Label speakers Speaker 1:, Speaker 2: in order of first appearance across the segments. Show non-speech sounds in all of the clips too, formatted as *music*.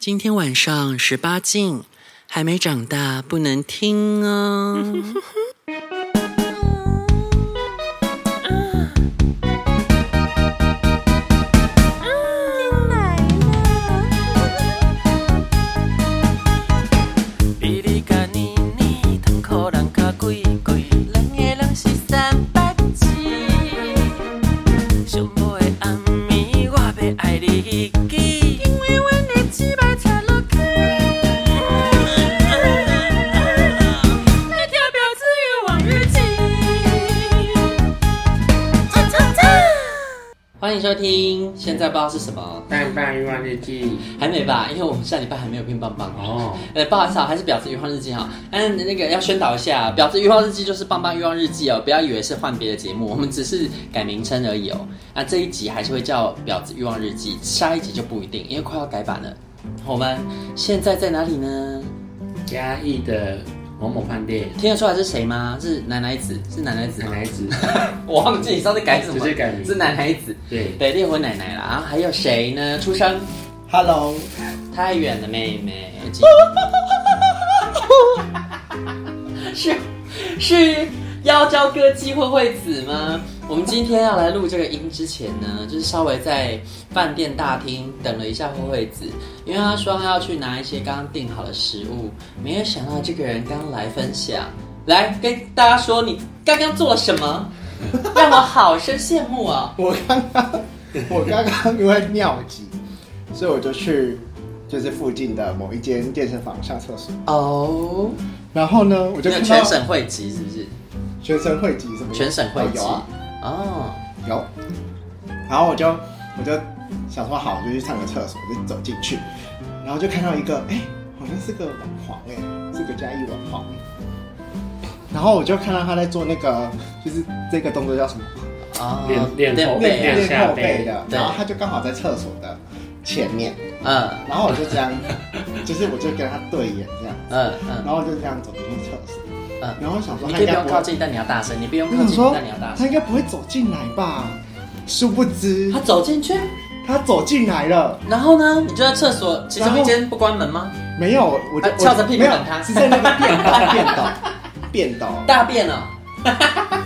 Speaker 1: 今天晚上十八禁，还没长大不能听哦。
Speaker 2: *laughs* 比你甲年年，通可人较贵贵，两个人是三八七。寂寞的暗暝，我要爱你记。因为阮的姊妹插落去。那条表只有往日情。擦擦擦。
Speaker 1: 欢迎收听，现在不知道是什么，
Speaker 3: 伴伴嗯欲望日记
Speaker 1: 还没吧？因为我们下礼拜还没有变棒棒哦。
Speaker 3: 哦，
Speaker 1: 呃，不好意思啊，还是婊子欲望日记哈。嗯，那个要宣导一下，婊子欲望日记就是棒棒欲望日记哦，不要以为是换别的节目，我们只是改名称而已哦。那这一集还是会叫婊子欲望日记，下一集就不一定，因为快要改版了。我们现在在哪里呢？
Speaker 3: 嘉义的某某饭店，
Speaker 1: 听得出来是谁吗？是奶奶子，是奶奶子
Speaker 3: 男
Speaker 1: 吗？
Speaker 3: 孩子，
Speaker 1: *laughs* 我忘记你上次改什么，
Speaker 3: 直接改名
Speaker 1: 是奶奶子，
Speaker 3: 对，
Speaker 1: 对，烈火奶奶啦。然后还有谁呢？出生
Speaker 4: Hello，
Speaker 1: 太远了，妹妹。是是妖娇歌姬慧惠子吗？我们今天要来录这个音之前呢，就是稍微在饭店大厅等了一下慧惠子，因为她说她要去拿一些刚刚订好的食物，没有想到这个人刚来分享，来跟大家说你刚刚做了什么，让我好生羡慕啊！
Speaker 4: *laughs* 我刚刚我刚刚因为尿急，所以我就去就是附近的某一间健身房上厕所。
Speaker 1: 哦，
Speaker 4: 然后呢，我就
Speaker 1: 你有
Speaker 4: 看
Speaker 1: 全
Speaker 4: 到
Speaker 1: 省会籍是不是？
Speaker 4: 全身会籍什么？
Speaker 1: 全省会
Speaker 4: 哦
Speaker 1: 籍
Speaker 4: 有啊
Speaker 1: 哦，
Speaker 4: 有。然后我就我就想说好，我就去上个厕所，我就走进去，然后就看到一个哎、好像是个网黄哎、是个嘉义网黄。然后我就看到他在做那个，就是这个动作叫什么？
Speaker 1: 哦，
Speaker 3: 练练后
Speaker 1: 背
Speaker 3: 背
Speaker 1: 啊，
Speaker 3: 啊
Speaker 4: 练后背的。
Speaker 1: 对
Speaker 4: 然后他就刚好在厕所的前面。
Speaker 1: 嗯
Speaker 4: 然后我就这样， *laughs* 就是我就跟他对眼这样，
Speaker 1: 嗯
Speaker 4: 然
Speaker 1: 嗯
Speaker 4: 后就这样走进去厕所，
Speaker 1: 嗯，
Speaker 4: 然后我想说
Speaker 1: 你
Speaker 4: 他
Speaker 1: 可以
Speaker 4: 应
Speaker 1: 不嗯
Speaker 4: 该
Speaker 1: 用
Speaker 4: 不
Speaker 1: 靠
Speaker 4: 会，
Speaker 1: 近，但你要大声，你不用
Speaker 4: 我
Speaker 1: 靠
Speaker 4: 想
Speaker 1: 近，
Speaker 4: 说
Speaker 1: 但你要大
Speaker 4: 他
Speaker 1: 声。
Speaker 4: 应该不会走进来吧？殊不知
Speaker 1: 他走进去，
Speaker 4: 他走进来了，
Speaker 1: 然后呢？你就在厕所其中一间不关门吗？
Speaker 4: 没有，我就
Speaker 1: 他翘着屁股
Speaker 4: 没有
Speaker 1: 等他
Speaker 4: 是在那个便道 *laughs* 便道便道，
Speaker 1: 大便哦，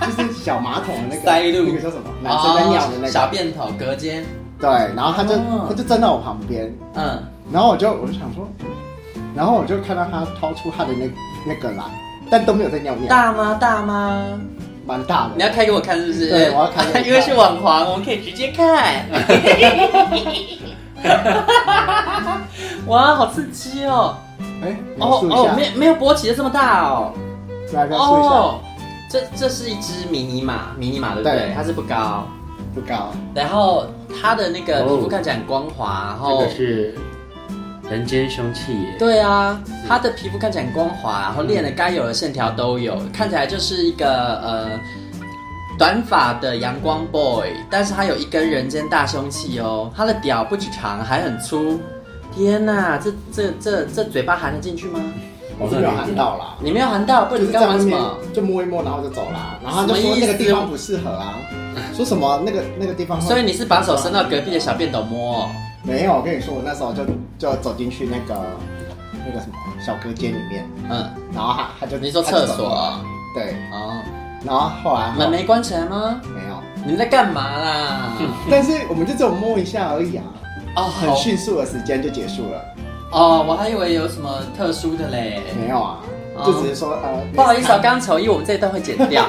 Speaker 4: 就是小马桶的那个
Speaker 1: 塞入
Speaker 4: 那个叫什么？男生在尿的那
Speaker 1: 哦小
Speaker 4: 个，
Speaker 1: 便头隔间，
Speaker 4: 对，然后他就
Speaker 1: 哦
Speaker 4: 他就站到我旁边，
Speaker 1: 嗯，
Speaker 4: 然后我就我就想说，然后我就看到他掏出他的那那个来，但都没有在尿尿，
Speaker 1: 大吗？大吗？
Speaker 4: 蛮大的。
Speaker 1: 你要开给我看是不是？
Speaker 4: 对我要开给你
Speaker 1: *laughs*
Speaker 4: 看
Speaker 1: 因为是网黄，我们可以直接看。 *laughs* 哇，好刺激哦！
Speaker 4: 哎，
Speaker 1: 哦
Speaker 4: 描述一
Speaker 1: 哦，
Speaker 4: 下，
Speaker 1: 没没有勃起的这么大哦。
Speaker 4: 来描述一下，
Speaker 1: 哦，这这是一只迷你马，迷你马对不对
Speaker 4: 对？
Speaker 1: 它是不高，
Speaker 4: 不高，
Speaker 1: 然后它的那个皮
Speaker 3: 哦
Speaker 1: 肤看起来很光滑，然
Speaker 3: 这
Speaker 1: 后
Speaker 3: 个是人间凶器耶，
Speaker 1: 哦对啊，它的皮肤看起来很光滑，然后练的该有的线条都有，
Speaker 4: 嗯
Speaker 1: 看起来就是一个呃短发的阳光 boy，但是它有一根人间大凶器哦，它的屌不止长，还很粗。天呐，这这这这嘴巴含得进去吗？
Speaker 4: 我是没有喊到啦，
Speaker 1: 你没有含到，不然
Speaker 4: 就是
Speaker 1: 你
Speaker 4: 在
Speaker 1: 干嘛
Speaker 4: 外
Speaker 1: 什
Speaker 4: 面
Speaker 1: 么？
Speaker 4: 就摸一摸，然后就走啦，然后他就
Speaker 1: 什么
Speaker 4: 说
Speaker 1: 意思
Speaker 4: 那个地方不适合啊，说什么那个那个地方会，
Speaker 1: 所以你是把手伸到隔壁的小便斗摸、哦？
Speaker 4: 没有，我跟你说，我那时候就就走进去那个那个什么小隔间里面，
Speaker 1: 嗯。
Speaker 4: 然后他他就
Speaker 1: 你说厕
Speaker 4: 他就走
Speaker 1: 所
Speaker 4: 了
Speaker 1: 啊？
Speaker 4: 对，
Speaker 1: 哦，
Speaker 4: 然后后来
Speaker 1: 门没关起来吗？
Speaker 4: 没有，
Speaker 1: 你们在干嘛啦？
Speaker 4: 但是我们就只有摸一下而已啊，
Speaker 1: 哦，
Speaker 4: 嗯很
Speaker 1: 好
Speaker 4: 迅速的时间就结束了，
Speaker 1: 哦，我还以为有什么特殊的嘞。
Speaker 4: 没有啊，就只是说呃，
Speaker 1: 哦不好意思啊，刚刚丑一我们这一段会剪
Speaker 4: *laughs*
Speaker 1: 掉。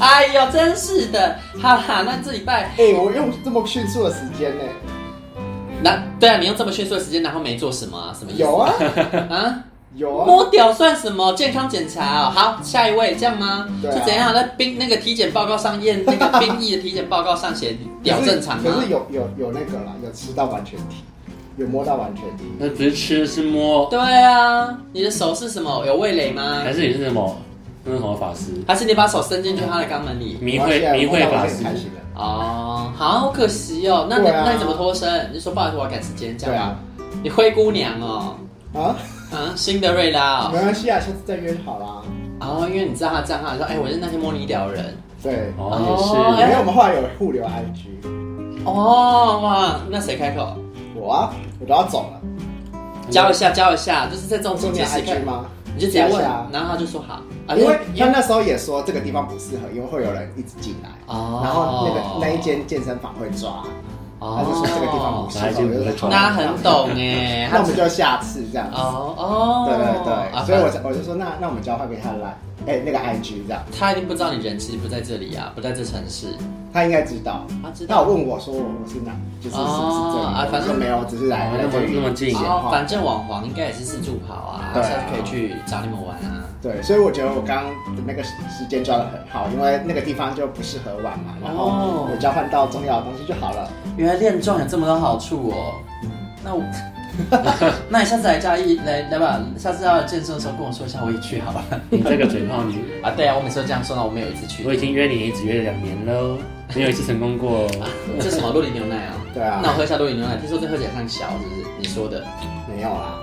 Speaker 1: 哎呦，真是的，哈哈，那这礼拜
Speaker 4: 哎，我用这么迅速的时间呢，
Speaker 1: 那对啊，你用这么迅速的时间，然后没做什么啊？什么意思？
Speaker 4: 有啊。
Speaker 1: 啊，
Speaker 4: 有啊，
Speaker 1: 摸屌算什么？健康检查哦。好，下一位，这样吗？
Speaker 4: 对啊
Speaker 1: 是怎样？在兵那个体检报告上验那个兵役的体检报告上写屌正常啊
Speaker 4: 可
Speaker 1: 吗
Speaker 4: 是？有有有那个啦，有吃到完全体，有摸到完全体，
Speaker 3: 那不是吃是摸，
Speaker 1: 对啊，你的手是什么？有味蕾吗？
Speaker 3: 还是你是什么？那是什么法师？
Speaker 1: 还是你把手伸进去他的肛门里？
Speaker 3: 迷会
Speaker 4: 然后现在
Speaker 3: 迷会
Speaker 4: 摸到
Speaker 3: 法
Speaker 4: 完
Speaker 3: 师
Speaker 4: 全，开心了。
Speaker 1: 哦，好可惜哦。那你、
Speaker 4: 对啊
Speaker 1: 那你怎么脱身？你就说不好意思，我要赶时间，这
Speaker 4: 对
Speaker 1: 样。
Speaker 4: 啊，
Speaker 1: 你灰姑娘哦，
Speaker 4: 啊，
Speaker 1: 嗯，辛德瑞拉
Speaker 4: 没
Speaker 1: 哦。
Speaker 4: 关系啊，下次再约就好啦。
Speaker 1: 然后因为你知道他的账号，你说哎、我是那天摸你屌的人。
Speaker 4: 对，
Speaker 1: 哦
Speaker 3: 哦，也
Speaker 1: 哎
Speaker 3: 是
Speaker 4: 没有，我们后来有互留 IG，
Speaker 1: 哦哇，那谁开口？
Speaker 4: 我啊，我都要走了，
Speaker 1: 教一下教一下，就是在这种
Speaker 4: 中
Speaker 1: 情节
Speaker 4: 间还
Speaker 1: 时
Speaker 4: 可以
Speaker 1: 刻，
Speaker 4: 吗？
Speaker 1: 你就直接
Speaker 4: 加
Speaker 1: 问
Speaker 4: 一下，
Speaker 1: 然后他就说好，啊
Speaker 4: 因为
Speaker 1: 因
Speaker 4: 他
Speaker 1: 为
Speaker 4: 那时候也说这个地方不适合，因为会有人一直进来，
Speaker 1: 哦
Speaker 4: 然后那个那一间健身房会抓，他就说这个地方不适合，
Speaker 3: 哪一间不会
Speaker 4: 我就
Speaker 3: 抓
Speaker 4: 说
Speaker 1: 那很懂哎，
Speaker 4: 那我们就下次这样子。
Speaker 1: 哦哦，
Speaker 4: 对对对，
Speaker 1: 啊
Speaker 4: 所以我就我就说那那我们交换给他来，哎、那个 IG 这样，
Speaker 1: 他一定不知道你人其实不在这里啊，不在这城市，
Speaker 4: 他应该知道。
Speaker 1: 他知
Speaker 4: 那
Speaker 1: 道
Speaker 4: 我。问我说我我是哪，就是是不是这里？
Speaker 1: 哦啊反正
Speaker 4: 我说没有，我只是
Speaker 3: 哦
Speaker 4: 来来
Speaker 3: 那
Speaker 4: 这
Speaker 3: 么
Speaker 4: 里
Speaker 3: 那么近
Speaker 4: 闲
Speaker 1: 哦
Speaker 4: 话，
Speaker 1: 反正网黄应该也是四处跑啊，
Speaker 4: 对啊
Speaker 1: 下次可以去找你们玩啊。
Speaker 4: 对，所以我觉得我刚刚的那个时间抓的很好，因为那个地方就不适合玩嘛，然后
Speaker 1: 哦
Speaker 4: 我交换到重要的东西就好了。
Speaker 1: 原来练壮有这么多好处哦。那 *laughs* 我，那你下次来嘉义来来吧，下次要健身的时候跟我说一下，我也去好了。
Speaker 3: 你这个嘴炮女，
Speaker 1: 啊，对啊，我每次都这样说，那我没有一次去
Speaker 3: 我。已经约你，只约了两年喽，没有一次成功过哦。
Speaker 1: 这什么洛梨牛奶啊？
Speaker 4: 对啊
Speaker 1: 那我喝一下洛梨牛奶，听说这喝起来像小，是不是？你说的，
Speaker 4: 没有啦，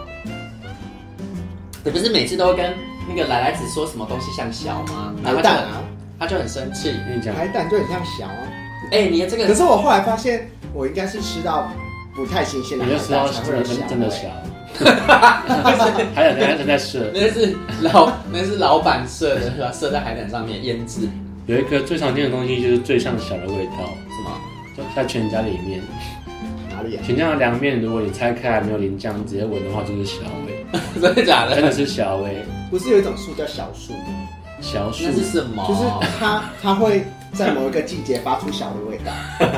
Speaker 1: 你不是每次都会跟那个奶奶子说什么东西像小吗？然
Speaker 4: 海
Speaker 1: 后
Speaker 4: 胆
Speaker 1: 他
Speaker 4: 啊，
Speaker 1: 就他就很生气。
Speaker 3: 跟你讲，
Speaker 4: 海胆就很像小啊。
Speaker 1: 哎，你这
Speaker 4: *laughs* 可
Speaker 1: 个
Speaker 4: 是我后来发现，我应该是吃到不太新鲜的
Speaker 3: 你
Speaker 4: 海
Speaker 3: 就
Speaker 4: 胆
Speaker 3: 知道
Speaker 4: 才
Speaker 3: 是
Speaker 4: 会
Speaker 3: 真
Speaker 4: 有
Speaker 3: 的
Speaker 4: 小味。
Speaker 3: 真的小，还有人家正在射，
Speaker 1: 那是老那是老板设的，是吧？设在海胆上面腌制
Speaker 3: 有一个最常见的东西就是最像小的味道，
Speaker 1: 什么？
Speaker 3: 就在全家里面，
Speaker 4: 哪里啊？
Speaker 3: 全家的凉面，如果你拆开来没有淋酱，直接闻的话就是小 *laughs* 味，
Speaker 1: *laughs* 真的假
Speaker 3: 真
Speaker 1: 的？
Speaker 3: 的是小味，
Speaker 4: 不是有一种树叫小树吗？
Speaker 3: 小树
Speaker 1: 那是什么？
Speaker 4: 就是 *laughs* 它它会在某一个季节发出小的味道，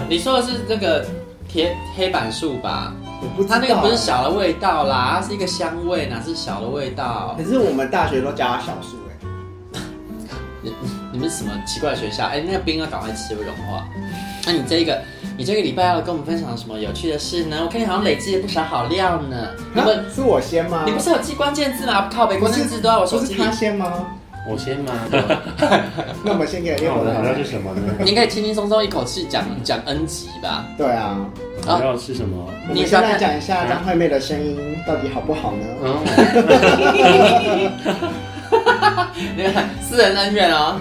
Speaker 1: 你说的是那个铁黑板树吧？
Speaker 4: 我不知
Speaker 1: 它
Speaker 4: 道。
Speaker 1: 那个不是，小的味道啦，它是一个香味，哪是小的味道
Speaker 4: 可？是我们大学都叫它小树哎、
Speaker 1: 你你们什么奇怪的学校？哎、那个冰要赶快吃，会融化。那你这个你这个礼拜要跟我们分享什么有趣的事呢？我看你好像累积了不少好料呢。你们、
Speaker 4: 啊是我先吗？
Speaker 1: 你不是有记关键字吗？靠北，关键字都在我手
Speaker 4: 不
Speaker 1: 机
Speaker 4: 是
Speaker 1: 里
Speaker 4: 他。
Speaker 1: *laughs*
Speaker 4: 先吗？
Speaker 3: 我先吗？
Speaker 4: 那我们先给
Speaker 3: *laughs* 那
Speaker 4: 六
Speaker 3: 我的好料是
Speaker 4: 个。
Speaker 3: 什么 *laughs* 呢？
Speaker 1: 你应该轻轻松松一口气讲讲 N 集
Speaker 4: *laughs*
Speaker 1: 吧。
Speaker 4: 对啊，
Speaker 3: 好料是什么？
Speaker 4: 我
Speaker 1: 你
Speaker 4: 们先来
Speaker 1: 看
Speaker 4: 讲一下张惠妹的声音到底好不好呢？
Speaker 3: 嗯，
Speaker 1: *laughs* 你看私人恩怨哦，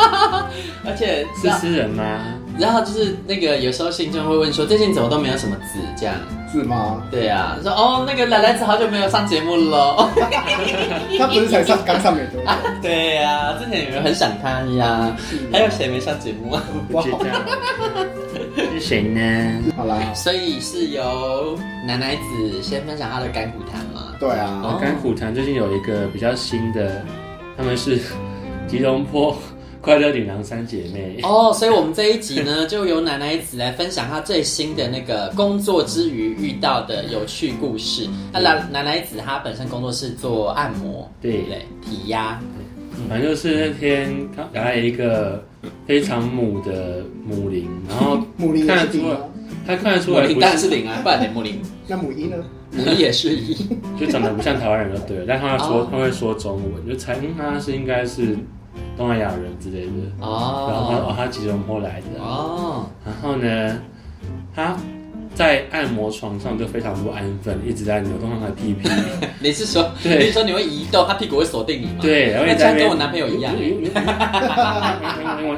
Speaker 1: *laughs* 而且
Speaker 3: 是诗人吗？
Speaker 1: 然后就是那个有时候信众会问说，最近怎么都没有什么字这样？
Speaker 4: 是
Speaker 1: *laughs*
Speaker 4: 吗？
Speaker 1: 对啊，说哦那个奶奶子好久没有上节目喽。
Speaker 4: 她不是才上刚上没多久，
Speaker 1: 对呀、之前有人很想他呀， *laughs* 还有谁没上节目啊？
Speaker 4: 哇
Speaker 3: 是这样。是谁 *laughs* 呢？
Speaker 4: 好啦，
Speaker 1: *laughs* 所以是由奶奶子先分享她的甘苦谈嘛。
Speaker 4: 对啊，
Speaker 1: 哦
Speaker 3: 甘苦堂最近有一个比较新的，他们是 *laughs* 吉隆坡快乐女郎三姐妹。
Speaker 1: 哦，所以我们这一集呢，就由奶奶子来分享她最新的那个工作之余遇到的有趣故事。那奶奶奶子她本身工作是做按摩，
Speaker 3: 对
Speaker 1: 不对，体压，
Speaker 3: 反正就是那天刚来一个非常母的母灵，然后
Speaker 4: 牡蛎也
Speaker 3: 看
Speaker 4: 是
Speaker 3: 得
Speaker 4: 零
Speaker 3: 出来
Speaker 4: 吗，？
Speaker 3: 他看得出
Speaker 1: 母
Speaker 3: 来
Speaker 1: 零
Speaker 3: 不
Speaker 1: *laughs* 当然
Speaker 3: 是
Speaker 1: 是零啊，不然呢母零 *laughs*
Speaker 4: 那母一呢？
Speaker 1: 母一也是一。
Speaker 3: 就长得不像台湾人就对了，但他说
Speaker 1: 哦
Speaker 3: 他会说中文，就猜嗯他是应该是东南亚人之类的。
Speaker 1: *laughs*
Speaker 3: 然后他
Speaker 1: *laughs*
Speaker 3: 哦
Speaker 1: 哦
Speaker 3: 他吉隆坡来的，
Speaker 1: 哦，
Speaker 3: 然后呢，他在按摩床上就非常不安分，一直在扭动他的
Speaker 1: *laughs*
Speaker 3: 屁屁。
Speaker 1: 你是说
Speaker 3: 对
Speaker 1: 你是说你会移动，他屁股会锁定你吗？
Speaker 3: 对，然后
Speaker 1: 那
Speaker 3: 一直
Speaker 1: 这样跟
Speaker 3: 在那边
Speaker 1: 我男朋友一 *laughs* 样哦欸
Speaker 3: 啊， *laughs* 对
Speaker 1: *laughs*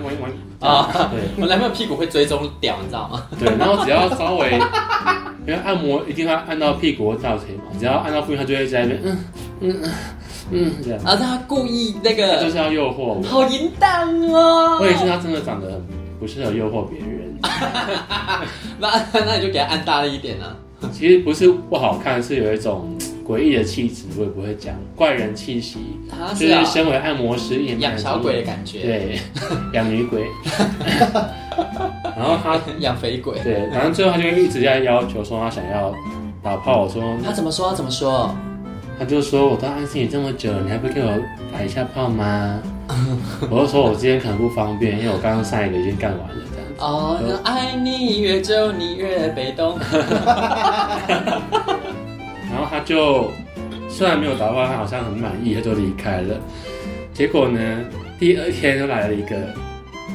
Speaker 1: 我男朋友屁股会追踪屌，你知 *laughs* 道吗？
Speaker 3: 对，然后只要稍微，因为按摩一定要按到屁股或大腿嘛，只要按到附近，他就会在那边嗯嗯嗯这样，
Speaker 1: 然后他故意那
Speaker 3: 他就
Speaker 1: 个
Speaker 3: 是要诱惑我。
Speaker 1: 好淫荡哦。
Speaker 3: 我也是，他真的长得很不适合诱惑别人。
Speaker 1: *laughs* 那那你就给他按大力一点啊。
Speaker 3: 其实不是不好看，是有一种诡异的气质，我也不会讲怪人气息，
Speaker 1: 他
Speaker 3: 就是
Speaker 1: 啊
Speaker 3: 是，身为按摩师也蛮
Speaker 1: 养小鬼的感觉，
Speaker 3: 对，养女鬼。然后他
Speaker 1: *laughs* 养肥鬼。
Speaker 3: 对，然后最后他就一直在要求说他想要打炮，我说
Speaker 1: 他怎么说？他怎么说？
Speaker 3: 他就说我都暗示你这么久了，你还不给我打一下炮吗？ *laughs* 我就说我今天可能不方便，因为我刚刚上一个已经干完了这样。
Speaker 1: 哦，那爱你越久，你越被 *laughs* 动。
Speaker 3: 然后他就虽然没有打炮，他好像很满意，他就离开了。结果呢，第二天又来了一个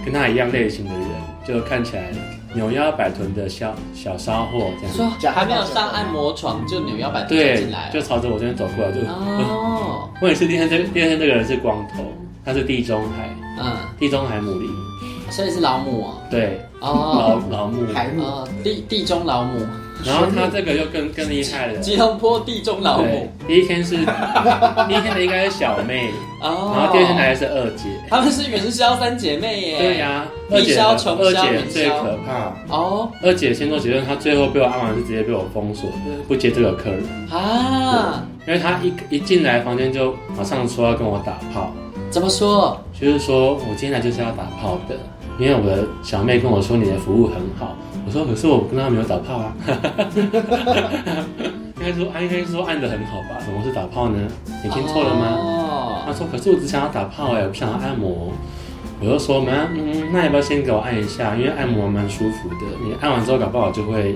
Speaker 3: 跟他一样类型的人，就看起来扭腰摆臀的小小骚货这样。
Speaker 1: 说还没有上按摩床就扭腰摆动
Speaker 3: 对
Speaker 1: 进来，
Speaker 3: 就
Speaker 1: *laughs* 了。
Speaker 3: 朝着我这边走过来，就、
Speaker 1: 哦，
Speaker 3: *laughs* 问题是第二天这第二天这个人是光头，他是地中海，
Speaker 1: 嗯，
Speaker 3: 地中海牡蛎，
Speaker 1: 所以是老母哦。
Speaker 3: 对，
Speaker 1: 哦
Speaker 3: 老老木，
Speaker 4: 海母
Speaker 1: 嗯哦，地地中老母，
Speaker 3: 然后他这个又更更厉害了。
Speaker 1: 吉隆坡地中老
Speaker 3: 对
Speaker 1: 母，
Speaker 3: 第一天是 *laughs* 第一天的应该是小妹，
Speaker 1: 哦，
Speaker 3: 然后第二天来的是二姐。
Speaker 1: 他们是元宵三姐妹耶，
Speaker 3: 对呀、二
Speaker 1: 米
Speaker 3: 姐
Speaker 1: 消穷
Speaker 3: 二
Speaker 1: 消
Speaker 3: 姐
Speaker 1: 米
Speaker 3: 最
Speaker 1: 消
Speaker 3: 可怕。
Speaker 1: 哦
Speaker 3: 二姐先做结论，她最后被我按完是直接被我封锁，就是不接这个客人，
Speaker 1: 啊，
Speaker 3: 因为她一一进来房间就马上说要跟我打炮，
Speaker 1: 怎么说？
Speaker 3: 就是说我今天来就是要打炮的，因为我的小妹跟我说你的服务很好，我说可是我跟她没有打炮 *laughs* 啊，应该说啊应该说按的很好吧，什么是打炮呢？你听错了吗？她
Speaker 1: 哦，
Speaker 3: 说可是我只想要打炮哎、我不想要按摩。我就说嘛，嗯，那要不要先给我按一下？因为按摩蛮舒服的，你按完之后搞不好就会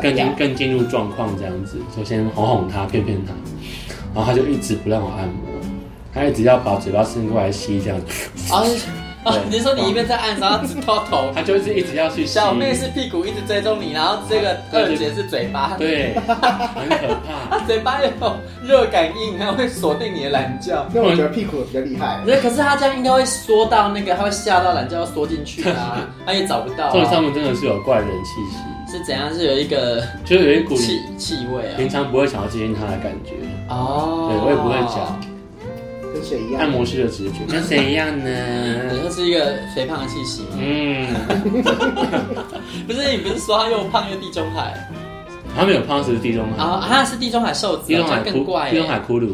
Speaker 3: 更进更进入状况这样子，就先哄哄他，骗骗他，然后他就一直不让我按摩，他一直要把嘴巴伸过来吸这样子，
Speaker 1: 啊啊
Speaker 3: 对！
Speaker 1: 你说你一边在按，然后指到头，
Speaker 3: 他就是一直要去吸。
Speaker 1: 小妹是屁股一直追踪你，然后这个
Speaker 3: 对
Speaker 1: 二
Speaker 3: 嗯对
Speaker 1: 姐是嘴巴，
Speaker 3: 对，很可
Speaker 1: 她
Speaker 3: 怕。
Speaker 1: 嘴巴有热感应，还会锁定你的懒觉。
Speaker 4: 那我觉得屁股比较厉害。
Speaker 1: 对，可是她这样应该会缩到那个，她会吓到懒觉要缩进去
Speaker 3: *laughs*
Speaker 1: 啊，她也找不到、
Speaker 3: 所以他
Speaker 1: 啊。
Speaker 3: 们真的是有怪人气息，
Speaker 1: 是怎样？是有一个
Speaker 3: 就有一股
Speaker 1: 气
Speaker 3: 你
Speaker 1: 气味啊？
Speaker 3: 平常不会想要接近他的感觉。
Speaker 1: 哦，
Speaker 3: 对我也不会讲。
Speaker 4: 跟谁一样？
Speaker 3: 按摩师的直觉，跟谁一样
Speaker 1: 你
Speaker 3: 呢？
Speaker 1: 这是一个肥胖的气息吗？
Speaker 3: 嗯，
Speaker 1: 不是，你不是说他又胖又地中海
Speaker 3: 他们有胖死是地中海，
Speaker 1: 啊？他是地中海瘦子
Speaker 3: 地
Speaker 1: 哦，
Speaker 3: 中
Speaker 1: 这
Speaker 3: 海
Speaker 1: 样
Speaker 3: 骷
Speaker 1: 更怪耶。
Speaker 3: 地中海
Speaker 1: *laughs*
Speaker 3: 骷髅，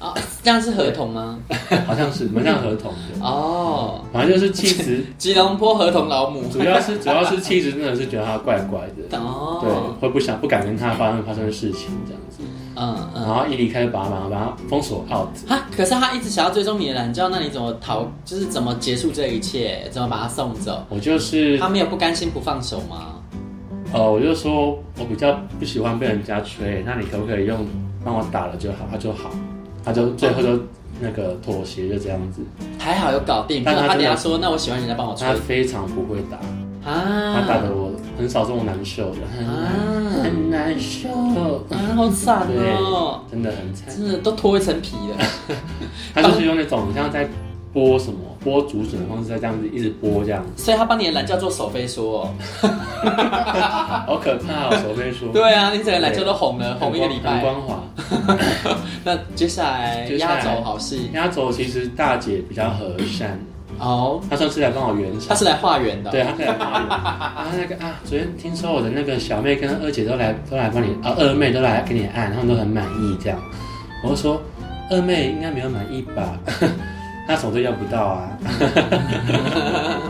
Speaker 1: 啊，这样是合同吗？
Speaker 3: 好像是蛮像合同的，
Speaker 1: 哦，
Speaker 3: 反正就是气
Speaker 1: *laughs*
Speaker 3: 质
Speaker 1: 吉隆坡合同老母。
Speaker 3: 主要是主要是气质真的是觉得他怪怪的，对
Speaker 1: 哦，，
Speaker 3: 会不想不敢跟他发生发生事情这样子，
Speaker 1: 嗯
Speaker 3: 然
Speaker 1: 嗯。
Speaker 3: 后一离开就把他把他把他封锁 out，
Speaker 1: 啊！可是他一直想要追踪你的懒觉，那你怎么逃？就是怎么结束这一切？怎么把他送走？
Speaker 3: 我就是
Speaker 1: 他没有不甘心不放手吗？
Speaker 3: 呃我就说我比较不喜欢被人家吹，那你可不可以用帮我打了就好，他啊就好，他就最后就那个妥协就这样子，
Speaker 1: 还好有搞定，不
Speaker 3: 但
Speaker 1: 然
Speaker 3: 他
Speaker 1: 他等
Speaker 3: 真的
Speaker 1: 下说，那我喜欢人家帮我吹
Speaker 3: 他非常不会打，他打
Speaker 1: 啊
Speaker 3: 的我很嗯少这么难受的，很难
Speaker 1: 啊
Speaker 3: 很难受，
Speaker 1: 啊！好惨哦，
Speaker 3: 对，真的很惨。
Speaker 1: 真的都脱一层皮了。
Speaker 3: 他就是用那种像在剥什么剥竹笋的方式，在这样子一直剥这样子，
Speaker 1: 所以他帮你的懒觉做手飞说、哦，
Speaker 3: 好可怕哦！手背说，
Speaker 1: 啊对啊，你整个懒觉都红了，
Speaker 3: 很
Speaker 1: 红一个礼
Speaker 3: 很
Speaker 1: 拜。
Speaker 3: 光滑。
Speaker 1: 那接下来
Speaker 3: 接下
Speaker 1: 压
Speaker 3: 来
Speaker 1: 轴好戏
Speaker 3: 压轴其实大姐比较和善，
Speaker 1: 哦，
Speaker 3: 她上次来帮我圆场
Speaker 1: 他，是来化缘的、
Speaker 3: 对，她是来帮我圆。啊， *laughs* 那个啊，昨天听说我的那个小妹跟二姐都来都来帮你，啊二妹都来给你按，她们都很满意这样。我就说二妹应该没有满意吧， *laughs* 她什么都要不到啊。 *laughs*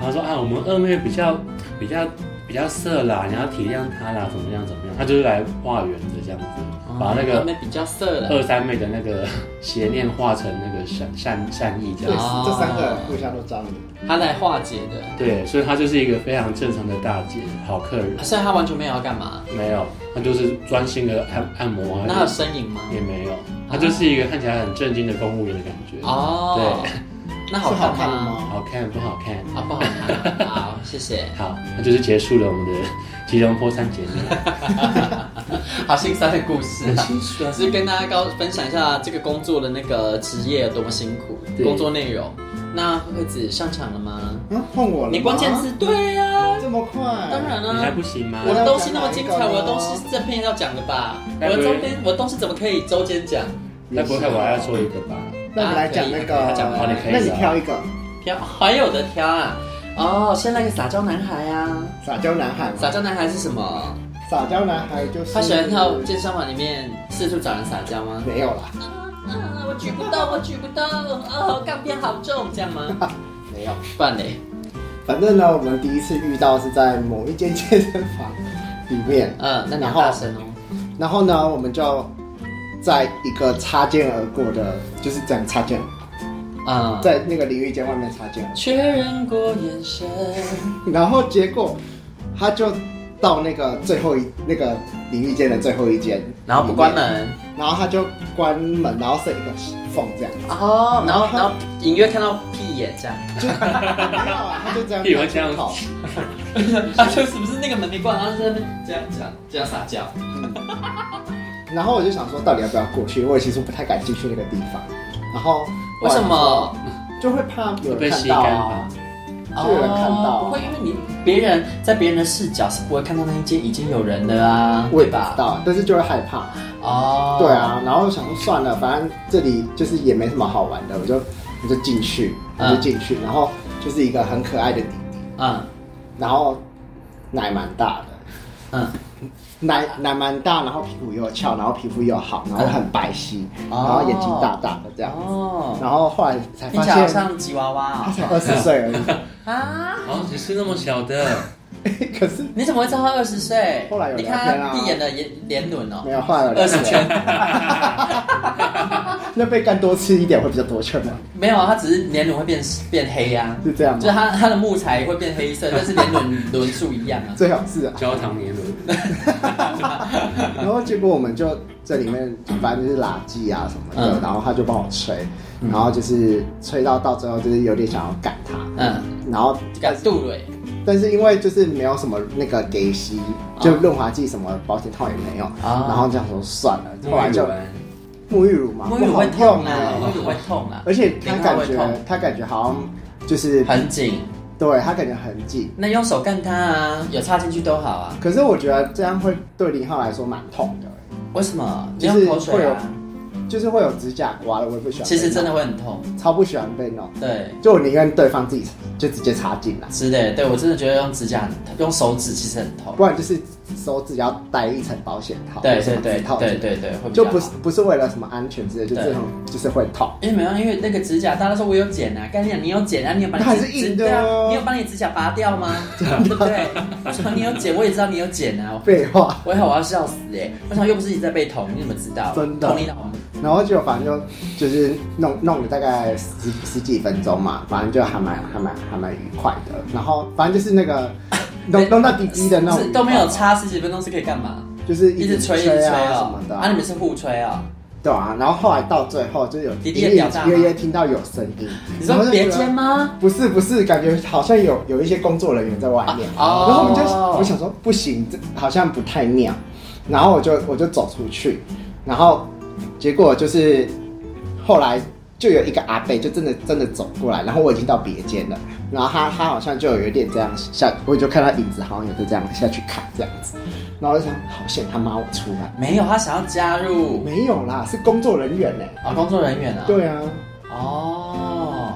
Speaker 3: 然后说啊，我们二妹比较比较比较色啦，你要体谅她啦，怎么样怎么样，她就是来化缘的这样子，
Speaker 1: 哦，
Speaker 3: 把
Speaker 1: 他
Speaker 3: 那个呃
Speaker 1: 们比较色了。
Speaker 3: 二三妹的那个邪念化成那个善善善意这
Speaker 4: 对，
Speaker 3: 样子。
Speaker 1: 哦
Speaker 4: *laughs* 这三个互相都招你，
Speaker 1: 他来化解的，
Speaker 3: 对，所以她就是一个非常正常的大姐，好客人。
Speaker 1: 所以啊他完全没有要干嘛。
Speaker 3: 没有，她就是专心的按
Speaker 4: 嗯
Speaker 3: 按摩
Speaker 1: 那有
Speaker 3: 啊，
Speaker 1: 身影吗？
Speaker 3: 也没
Speaker 4: 啊
Speaker 3: 有，她就是一个看起来很正经的公务员的感觉。
Speaker 1: 哦，那好
Speaker 4: 是好
Speaker 1: 看
Speaker 4: 看的
Speaker 1: 吗？
Speaker 4: 吗？
Speaker 3: 好看不好看？
Speaker 1: 啊，不好
Speaker 3: *laughs*
Speaker 1: 看。好，谢谢。
Speaker 3: 好，那就是结束了我们的 *laughs* 吉隆坡三姐
Speaker 4: *laughs*
Speaker 3: 妹。
Speaker 1: 好心酸的故事啊。
Speaker 3: 酸
Speaker 1: 只是跟大家告分享一下这个工作的那个职业有多么辛苦，
Speaker 3: 对
Speaker 1: 工作内容。那惠子上场了吗？
Speaker 4: 嗯，碰我了吗？
Speaker 1: 你关键词对呀、
Speaker 4: 这么快？
Speaker 1: 当然啊
Speaker 3: 你还
Speaker 1: 啦、
Speaker 3: 不行吗？
Speaker 1: 我的东西那么精彩，
Speaker 4: 嗯我要讲哪一个呢
Speaker 1: 我的东西是正片要讲的吧？我
Speaker 3: 该不
Speaker 1: 的
Speaker 3: 会
Speaker 1: 中间，我的东西怎么可以周间讲？
Speaker 3: 那不会我还要说一个吧？
Speaker 4: 那我们来讲
Speaker 1: 啊可
Speaker 4: 那
Speaker 1: 以可以
Speaker 4: 个，
Speaker 1: 讲
Speaker 3: 好你可以
Speaker 4: 那你挑一个
Speaker 1: 挑还有的挑啊！哦，先来个撒娇男孩啊！
Speaker 4: 撒娇男孩嘛。
Speaker 1: 撒娇男孩是什么？
Speaker 4: 撒娇男孩就是
Speaker 1: 他喜欢到健身房里面四处找人撒娇吗？
Speaker 4: 没有啦，
Speaker 1: 啊，我举不动，我举不动，哦，杠片好重，这样吗？
Speaker 4: 没有。
Speaker 1: 不然嘞，
Speaker 4: 反正呢，我们第一次遇到是在某一间健身房里面，
Speaker 1: 嗯，那你要
Speaker 4: 然后
Speaker 1: 大声哦。
Speaker 4: 然后呢，我们就在一个擦肩而过的，就是这样擦肩，
Speaker 1: 啊，
Speaker 4: 在那个淋浴间外面擦肩而
Speaker 1: 确认过眼神，
Speaker 4: 过，然后结果他就到那个最后一那个淋浴间的最后一间，
Speaker 1: 然后不关，门
Speaker 4: 然后他就关门，然后剩一个缝这样，
Speaker 1: 哦，然后
Speaker 4: 然后
Speaker 1: 然后隐约看到屁眼这样，
Speaker 4: 就没有啊，他就这样
Speaker 3: 屁股这样
Speaker 4: 跑，
Speaker 1: 他啊就是不是那个门没关，然后在那边这样这样这样撒娇，
Speaker 4: 然后我就想说，到底要不要过去？我其实不太敢进去那个地方，然后
Speaker 1: 为什么？
Speaker 4: 就会怕有
Speaker 3: 被
Speaker 4: 人
Speaker 3: 吸
Speaker 4: 看
Speaker 3: 干
Speaker 4: 到
Speaker 3: 吧
Speaker 4: 啊？就有人看到
Speaker 1: 哦不会，因为你别人在别人的视角是不会看到那一间已经有人的啊，
Speaker 4: 我也
Speaker 1: 对
Speaker 4: 不知
Speaker 1: 吧？
Speaker 4: 道，但是就会害怕。
Speaker 1: 哦，
Speaker 4: 对，啊，然后想说算了，反正这里就是也没什么好玩的，我就我就进去，我就进去，然后就是一个很可爱的弟弟，
Speaker 1: 嗯
Speaker 4: 然后奶蛮大的，
Speaker 1: 嗯，
Speaker 4: 奶奶蛮大，然后屁股又翘，然后皮肤又好，然后很白皙，然后眼睛大大的这样子，
Speaker 1: 嗯哦，
Speaker 4: 然后后来才
Speaker 1: 听
Speaker 4: 发
Speaker 1: 起来好
Speaker 4: 现
Speaker 1: 像吉娃娃
Speaker 4: 他才二十岁而已，
Speaker 1: 哦。啊，
Speaker 3: 哦，只是那么小的，
Speaker 4: *laughs* 可是
Speaker 1: 你怎么会知道他二十岁？
Speaker 4: 后来有
Speaker 1: 你
Speaker 4: 聊
Speaker 1: 看
Speaker 4: 天
Speaker 1: 他
Speaker 4: 啊
Speaker 1: 闭眼的眼脸轮哦
Speaker 4: 没，有后来有
Speaker 1: 二十圈，
Speaker 4: *laughs* 那被干多吃一点会比较多圈吗？
Speaker 1: 没有，啊，他只是脸轮会变变黑呀、
Speaker 4: 是这样
Speaker 1: 啊，就是
Speaker 4: 吗？
Speaker 1: 他他的木材会变黑色，但是脸轮轮数一样啊。
Speaker 4: *laughs* 最好是啊，
Speaker 3: *laughs* 焦糖年轮，
Speaker 4: 然后结果我们就这里面反正就是垃圾啊什么的，
Speaker 1: 嗯
Speaker 4: 然后他就帮我吹，然后就是吹到到最后就是有点想要赶他，
Speaker 1: 嗯，
Speaker 4: 然后
Speaker 1: 敢杜蕊，
Speaker 4: 但是因为就是没有什么那个给息，就润滑剂什么保险套也没有，
Speaker 1: 啊
Speaker 4: 然后这样说算了，后来
Speaker 3: 沐浴
Speaker 4: 就
Speaker 3: 丸，
Speaker 4: 沐浴乳嘛，
Speaker 1: 沐浴
Speaker 4: 不
Speaker 1: 会
Speaker 4: 好
Speaker 1: 痛
Speaker 4: 用
Speaker 1: 啊，
Speaker 4: 哎
Speaker 1: 沐浴会痛啊，
Speaker 4: 而且他
Speaker 1: 淋
Speaker 4: 感
Speaker 1: 会
Speaker 4: 觉
Speaker 1: 痛，
Speaker 4: 他感觉好像就是
Speaker 1: 很紧。
Speaker 4: 对他感觉很紧，
Speaker 1: 那用手干它啊，有插进去都好啊。
Speaker 4: 可是我觉得这样会对林浩来说蛮痛的。
Speaker 1: 为什么？你
Speaker 4: 就
Speaker 1: 用
Speaker 4: 是
Speaker 1: 口水啊？
Speaker 4: 就是会有指甲刮的，我也不喜欢被弄。
Speaker 1: 其实真的会很痛，
Speaker 4: 超不喜欢被弄，
Speaker 1: 对，
Speaker 4: 就我宁愿对方自己就直接插进来，
Speaker 1: 是的，对我真的觉得用指甲很用手指其实很痛。
Speaker 4: 不然就是手指要戴一层保险套，
Speaker 1: 对对
Speaker 4: 或者
Speaker 1: 对
Speaker 4: 什么指套
Speaker 1: 对
Speaker 4: 进去，
Speaker 1: 对对，会比较
Speaker 4: 就
Speaker 1: 好
Speaker 4: 不是不是为了什么安全之类，就
Speaker 1: 对
Speaker 4: 这种就是会痛。
Speaker 1: 因为没有，因为那个指甲，大家说我有剪啊，跟你讲，你有剪啊，你有把你
Speaker 4: 它
Speaker 1: 指
Speaker 4: 还是硬
Speaker 1: 对
Speaker 4: 的啊
Speaker 1: 啊，你有把你指甲拔掉吗？
Speaker 4: *laughs*
Speaker 1: 对不对？我想你有剪，我也知道你有剪啊。
Speaker 4: 废话，
Speaker 1: 我一会儿我要笑死哎、我想又不是你在被捅，你怎么知道？
Speaker 4: 真的
Speaker 1: 捅你脑门
Speaker 4: 然后就反正就就是弄弄了大概十十几分钟嘛，反正就还蛮还蛮还蛮愉快的。然后反正就是那
Speaker 1: *laughs*
Speaker 4: 个弄弄到滴滴的那
Speaker 1: 是
Speaker 4: 种，啊
Speaker 1: 都没有，插十几分钟是可以干嘛？
Speaker 4: 就是
Speaker 1: 一直吹一直
Speaker 4: 吹
Speaker 1: 吹
Speaker 4: 啊什
Speaker 1: 哦
Speaker 4: 么、的
Speaker 1: 啊，你们是互吹哦。
Speaker 4: 对啊，然后后来到最后就是有
Speaker 1: 滴滴
Speaker 4: 隐
Speaker 1: 的
Speaker 4: 隐
Speaker 1: 表达吗
Speaker 4: 约约听到有声音，
Speaker 1: 你
Speaker 4: 然
Speaker 1: 说
Speaker 4: 后就
Speaker 1: 别
Speaker 4: 觉得
Speaker 1: 尖吗？
Speaker 4: 不是不是，感觉好像有有一些工作人员在外面，
Speaker 1: 啊哦
Speaker 4: 然后我就我想说不行，这好像不太妙，然后我就我就走出去，然后结果就是后来就有一个阿贝就真的真的走过来，然后我已经到别间了，然后他他好像就有一点这样下，我就看他影子好像有在这样下去看这样子，然后我就想好险他妈我出来，
Speaker 1: 没有，他想要加入
Speaker 4: 没有啦，是工作人员呢、欸
Speaker 1: 啊、工作人员啊。
Speaker 4: 对啊，
Speaker 1: 哦，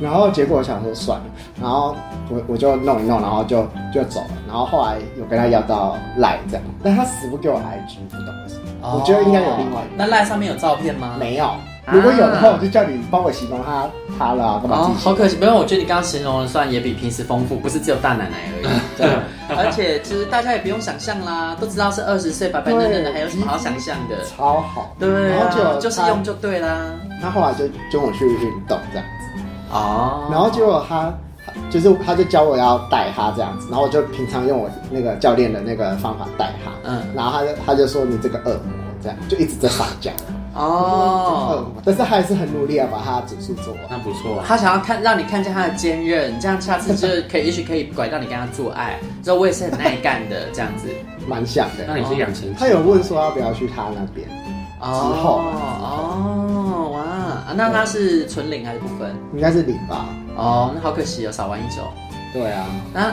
Speaker 4: 然后结果我想说算了，然后我我就弄一弄，然后就就走了。然后后来有跟他要到赖这样，但他死不给我 IG，不懂为什么。
Speaker 1: 哦
Speaker 4: 我觉得应该有另外一
Speaker 1: 那赖上面有照片吗？
Speaker 4: 个，没有。如果有的话，我就叫你帮我形容他他了、干嘛自
Speaker 1: 哦
Speaker 4: 己，形
Speaker 1: 好
Speaker 4: 容？
Speaker 1: 可惜，没有。我觉得你刚刚形容的算也比平时丰富，不是只有大奶奶而
Speaker 4: *laughs*
Speaker 1: 已。对，而且其实大家也不用想象啦，都知道是二十岁白白嫩嫩的，
Speaker 4: 对
Speaker 1: 还有什么好想象的？
Speaker 4: 超好。
Speaker 1: 对
Speaker 4: 然后
Speaker 1: 啊，
Speaker 4: 就
Speaker 1: 就是用就对啦。
Speaker 4: 他后来就跟我去运动这样子，
Speaker 1: 哦，
Speaker 4: 然后结果他。他就是，他就教我要带他这样子，然后我就平常用我那个教练的那个方法带他，
Speaker 1: 嗯
Speaker 4: 然后他就他就说你这个恶魔这样，就一直在撒娇，
Speaker 1: 哦。
Speaker 4: 嗯，但是他还是很努力啊要把他的指数做完。
Speaker 3: 那不错啊。
Speaker 1: 他想要看让你看见他的坚韧，这样下次就是可以，也许可以拐到你跟他做爱。之后我也是很耐干的这 *laughs* 样子。
Speaker 4: 蛮像
Speaker 3: 那
Speaker 4: 的。
Speaker 3: 你是养成
Speaker 4: 他有问说要不要去他那边，后
Speaker 1: 哦哇啊，那他是纯零还是不分？
Speaker 4: 应该是零吧？
Speaker 1: 哦，那好可惜哦，少玩一首。
Speaker 4: 对啊，
Speaker 1: 那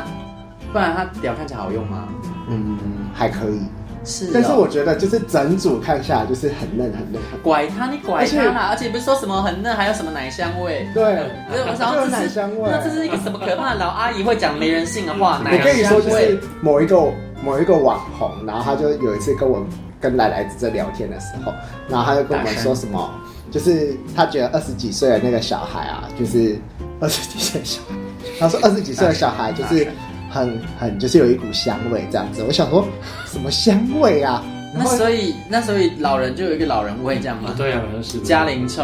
Speaker 1: 不然他屌看起来好用吗？
Speaker 4: 嗯，还可以。
Speaker 1: 是哦、
Speaker 4: 但是我觉得就是整组看下来就是很嫩很嫩。很嫩
Speaker 1: 拐他，你拐他啦！而且不是说什么很嫩，还有什么奶香味？
Speaker 4: 对，
Speaker 1: 不是，我想
Speaker 4: 就
Speaker 1: 要
Speaker 4: 有
Speaker 1: 这
Speaker 4: 奶
Speaker 1: 是
Speaker 4: 香味。
Speaker 1: 那这是一个什么可怕的老阿姨会讲没人性的话？ *laughs*
Speaker 3: 我
Speaker 1: 奶
Speaker 4: 我
Speaker 1: 香味
Speaker 4: 跟你说，就是某一个某一个网红，然后他就有一次跟我跟奶奶在聊天的时候，然后他就跟我们说什么，就是他觉得二十几岁的那个小孩啊，就是二十几岁的小孩，他说二十几岁的小孩就是很很就是有一股香味这样子。我想说什么香味啊？
Speaker 1: 那
Speaker 4: 然后
Speaker 1: 所以那所以老人就有一个老人味这样吗
Speaker 3: 啊，？对啊，好像是
Speaker 1: 嘉玲臭，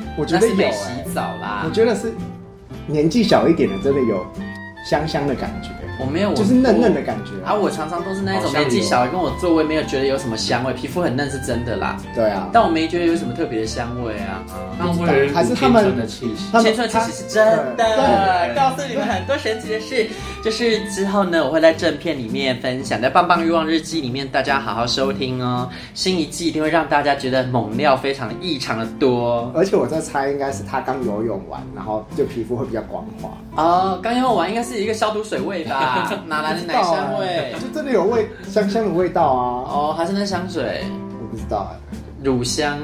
Speaker 4: 嗯我觉
Speaker 1: 那
Speaker 4: 得
Speaker 1: 是
Speaker 4: 有、
Speaker 1: 没
Speaker 4: 欸，
Speaker 1: 洗澡啦
Speaker 4: 我。觉得是年纪小一点的真的有香香的感觉，
Speaker 1: 我没有，我
Speaker 4: 就是嫩嫩的感觉。
Speaker 1: 啊，我常常都是那一种
Speaker 3: 好像
Speaker 1: 年纪
Speaker 3: 有
Speaker 1: 小的跟我座位没有觉得有什么香味，皮肤很嫩是真的啦，
Speaker 4: 对啊，
Speaker 1: 但我没觉得有什么特别的香味啊。
Speaker 3: 他们会有一股
Speaker 4: 还是他
Speaker 3: 青
Speaker 4: 们
Speaker 3: 春的气
Speaker 4: *laughs*
Speaker 3: 息。
Speaker 4: 他们
Speaker 1: 青春其实是真的
Speaker 4: 对，
Speaker 1: 告诉你们很多神奇的事。就是之后呢，我会在正片里面分享，在《棒棒欲望日记》里面，大家好好收听哦。新一季一定会让大家觉得猛料非常异常的
Speaker 4: *laughs*
Speaker 1: 多
Speaker 4: 而且我在猜，应该是他刚游泳完，然后就皮肤会比较光滑。
Speaker 1: 哦。刚用完应该是一个消毒水味吧？
Speaker 4: *laughs*
Speaker 1: 啦？哪来的奶香味？
Speaker 4: 就真的有味香香的味道啊！
Speaker 1: 哦，还是那香水，
Speaker 4: 我不知道哎、
Speaker 1: 乳香。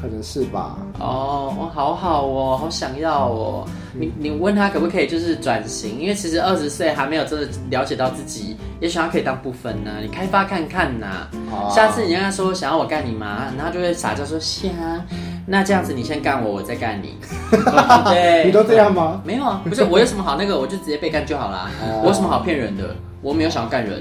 Speaker 4: 可能是吧。
Speaker 1: 哦，哇，好好哦，好想要哦。
Speaker 4: 嗯
Speaker 1: 你你问他可不可以就是转型，因为其实二十岁还没有真的了解到自己，也许他可以当部分呢、你开发看看呐、
Speaker 4: 好啊
Speaker 1: 下次你跟他说想要我干你吗？然后他就会傻笑说是啊，那这样子你先干我，我再干
Speaker 4: *laughs*
Speaker 1: 你。对，
Speaker 4: 你都这样吗？
Speaker 1: 没有啊，不是我有什么好那个，我就直接被干就好啦。
Speaker 4: 哦
Speaker 1: 我有什么好骗人的？我没有想要干人。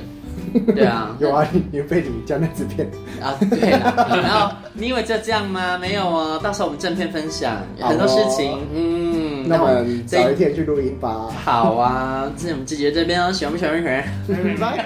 Speaker 1: 对啊，
Speaker 4: 有啊，你你被你家那纸片
Speaker 1: 啊，对啦， *laughs* 然后你以为就这样吗？没有哦，到时候我们正片分享
Speaker 4: 好哦
Speaker 1: 很多事情，嗯，
Speaker 4: 那
Speaker 1: 我
Speaker 4: 么
Speaker 1: 们这
Speaker 4: 早一
Speaker 1: 一
Speaker 4: 天去录音吧。
Speaker 1: 好啊，这我们这节这边哦，喜欢不喜欢？喜欢。
Speaker 4: 拜。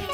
Speaker 5: 看。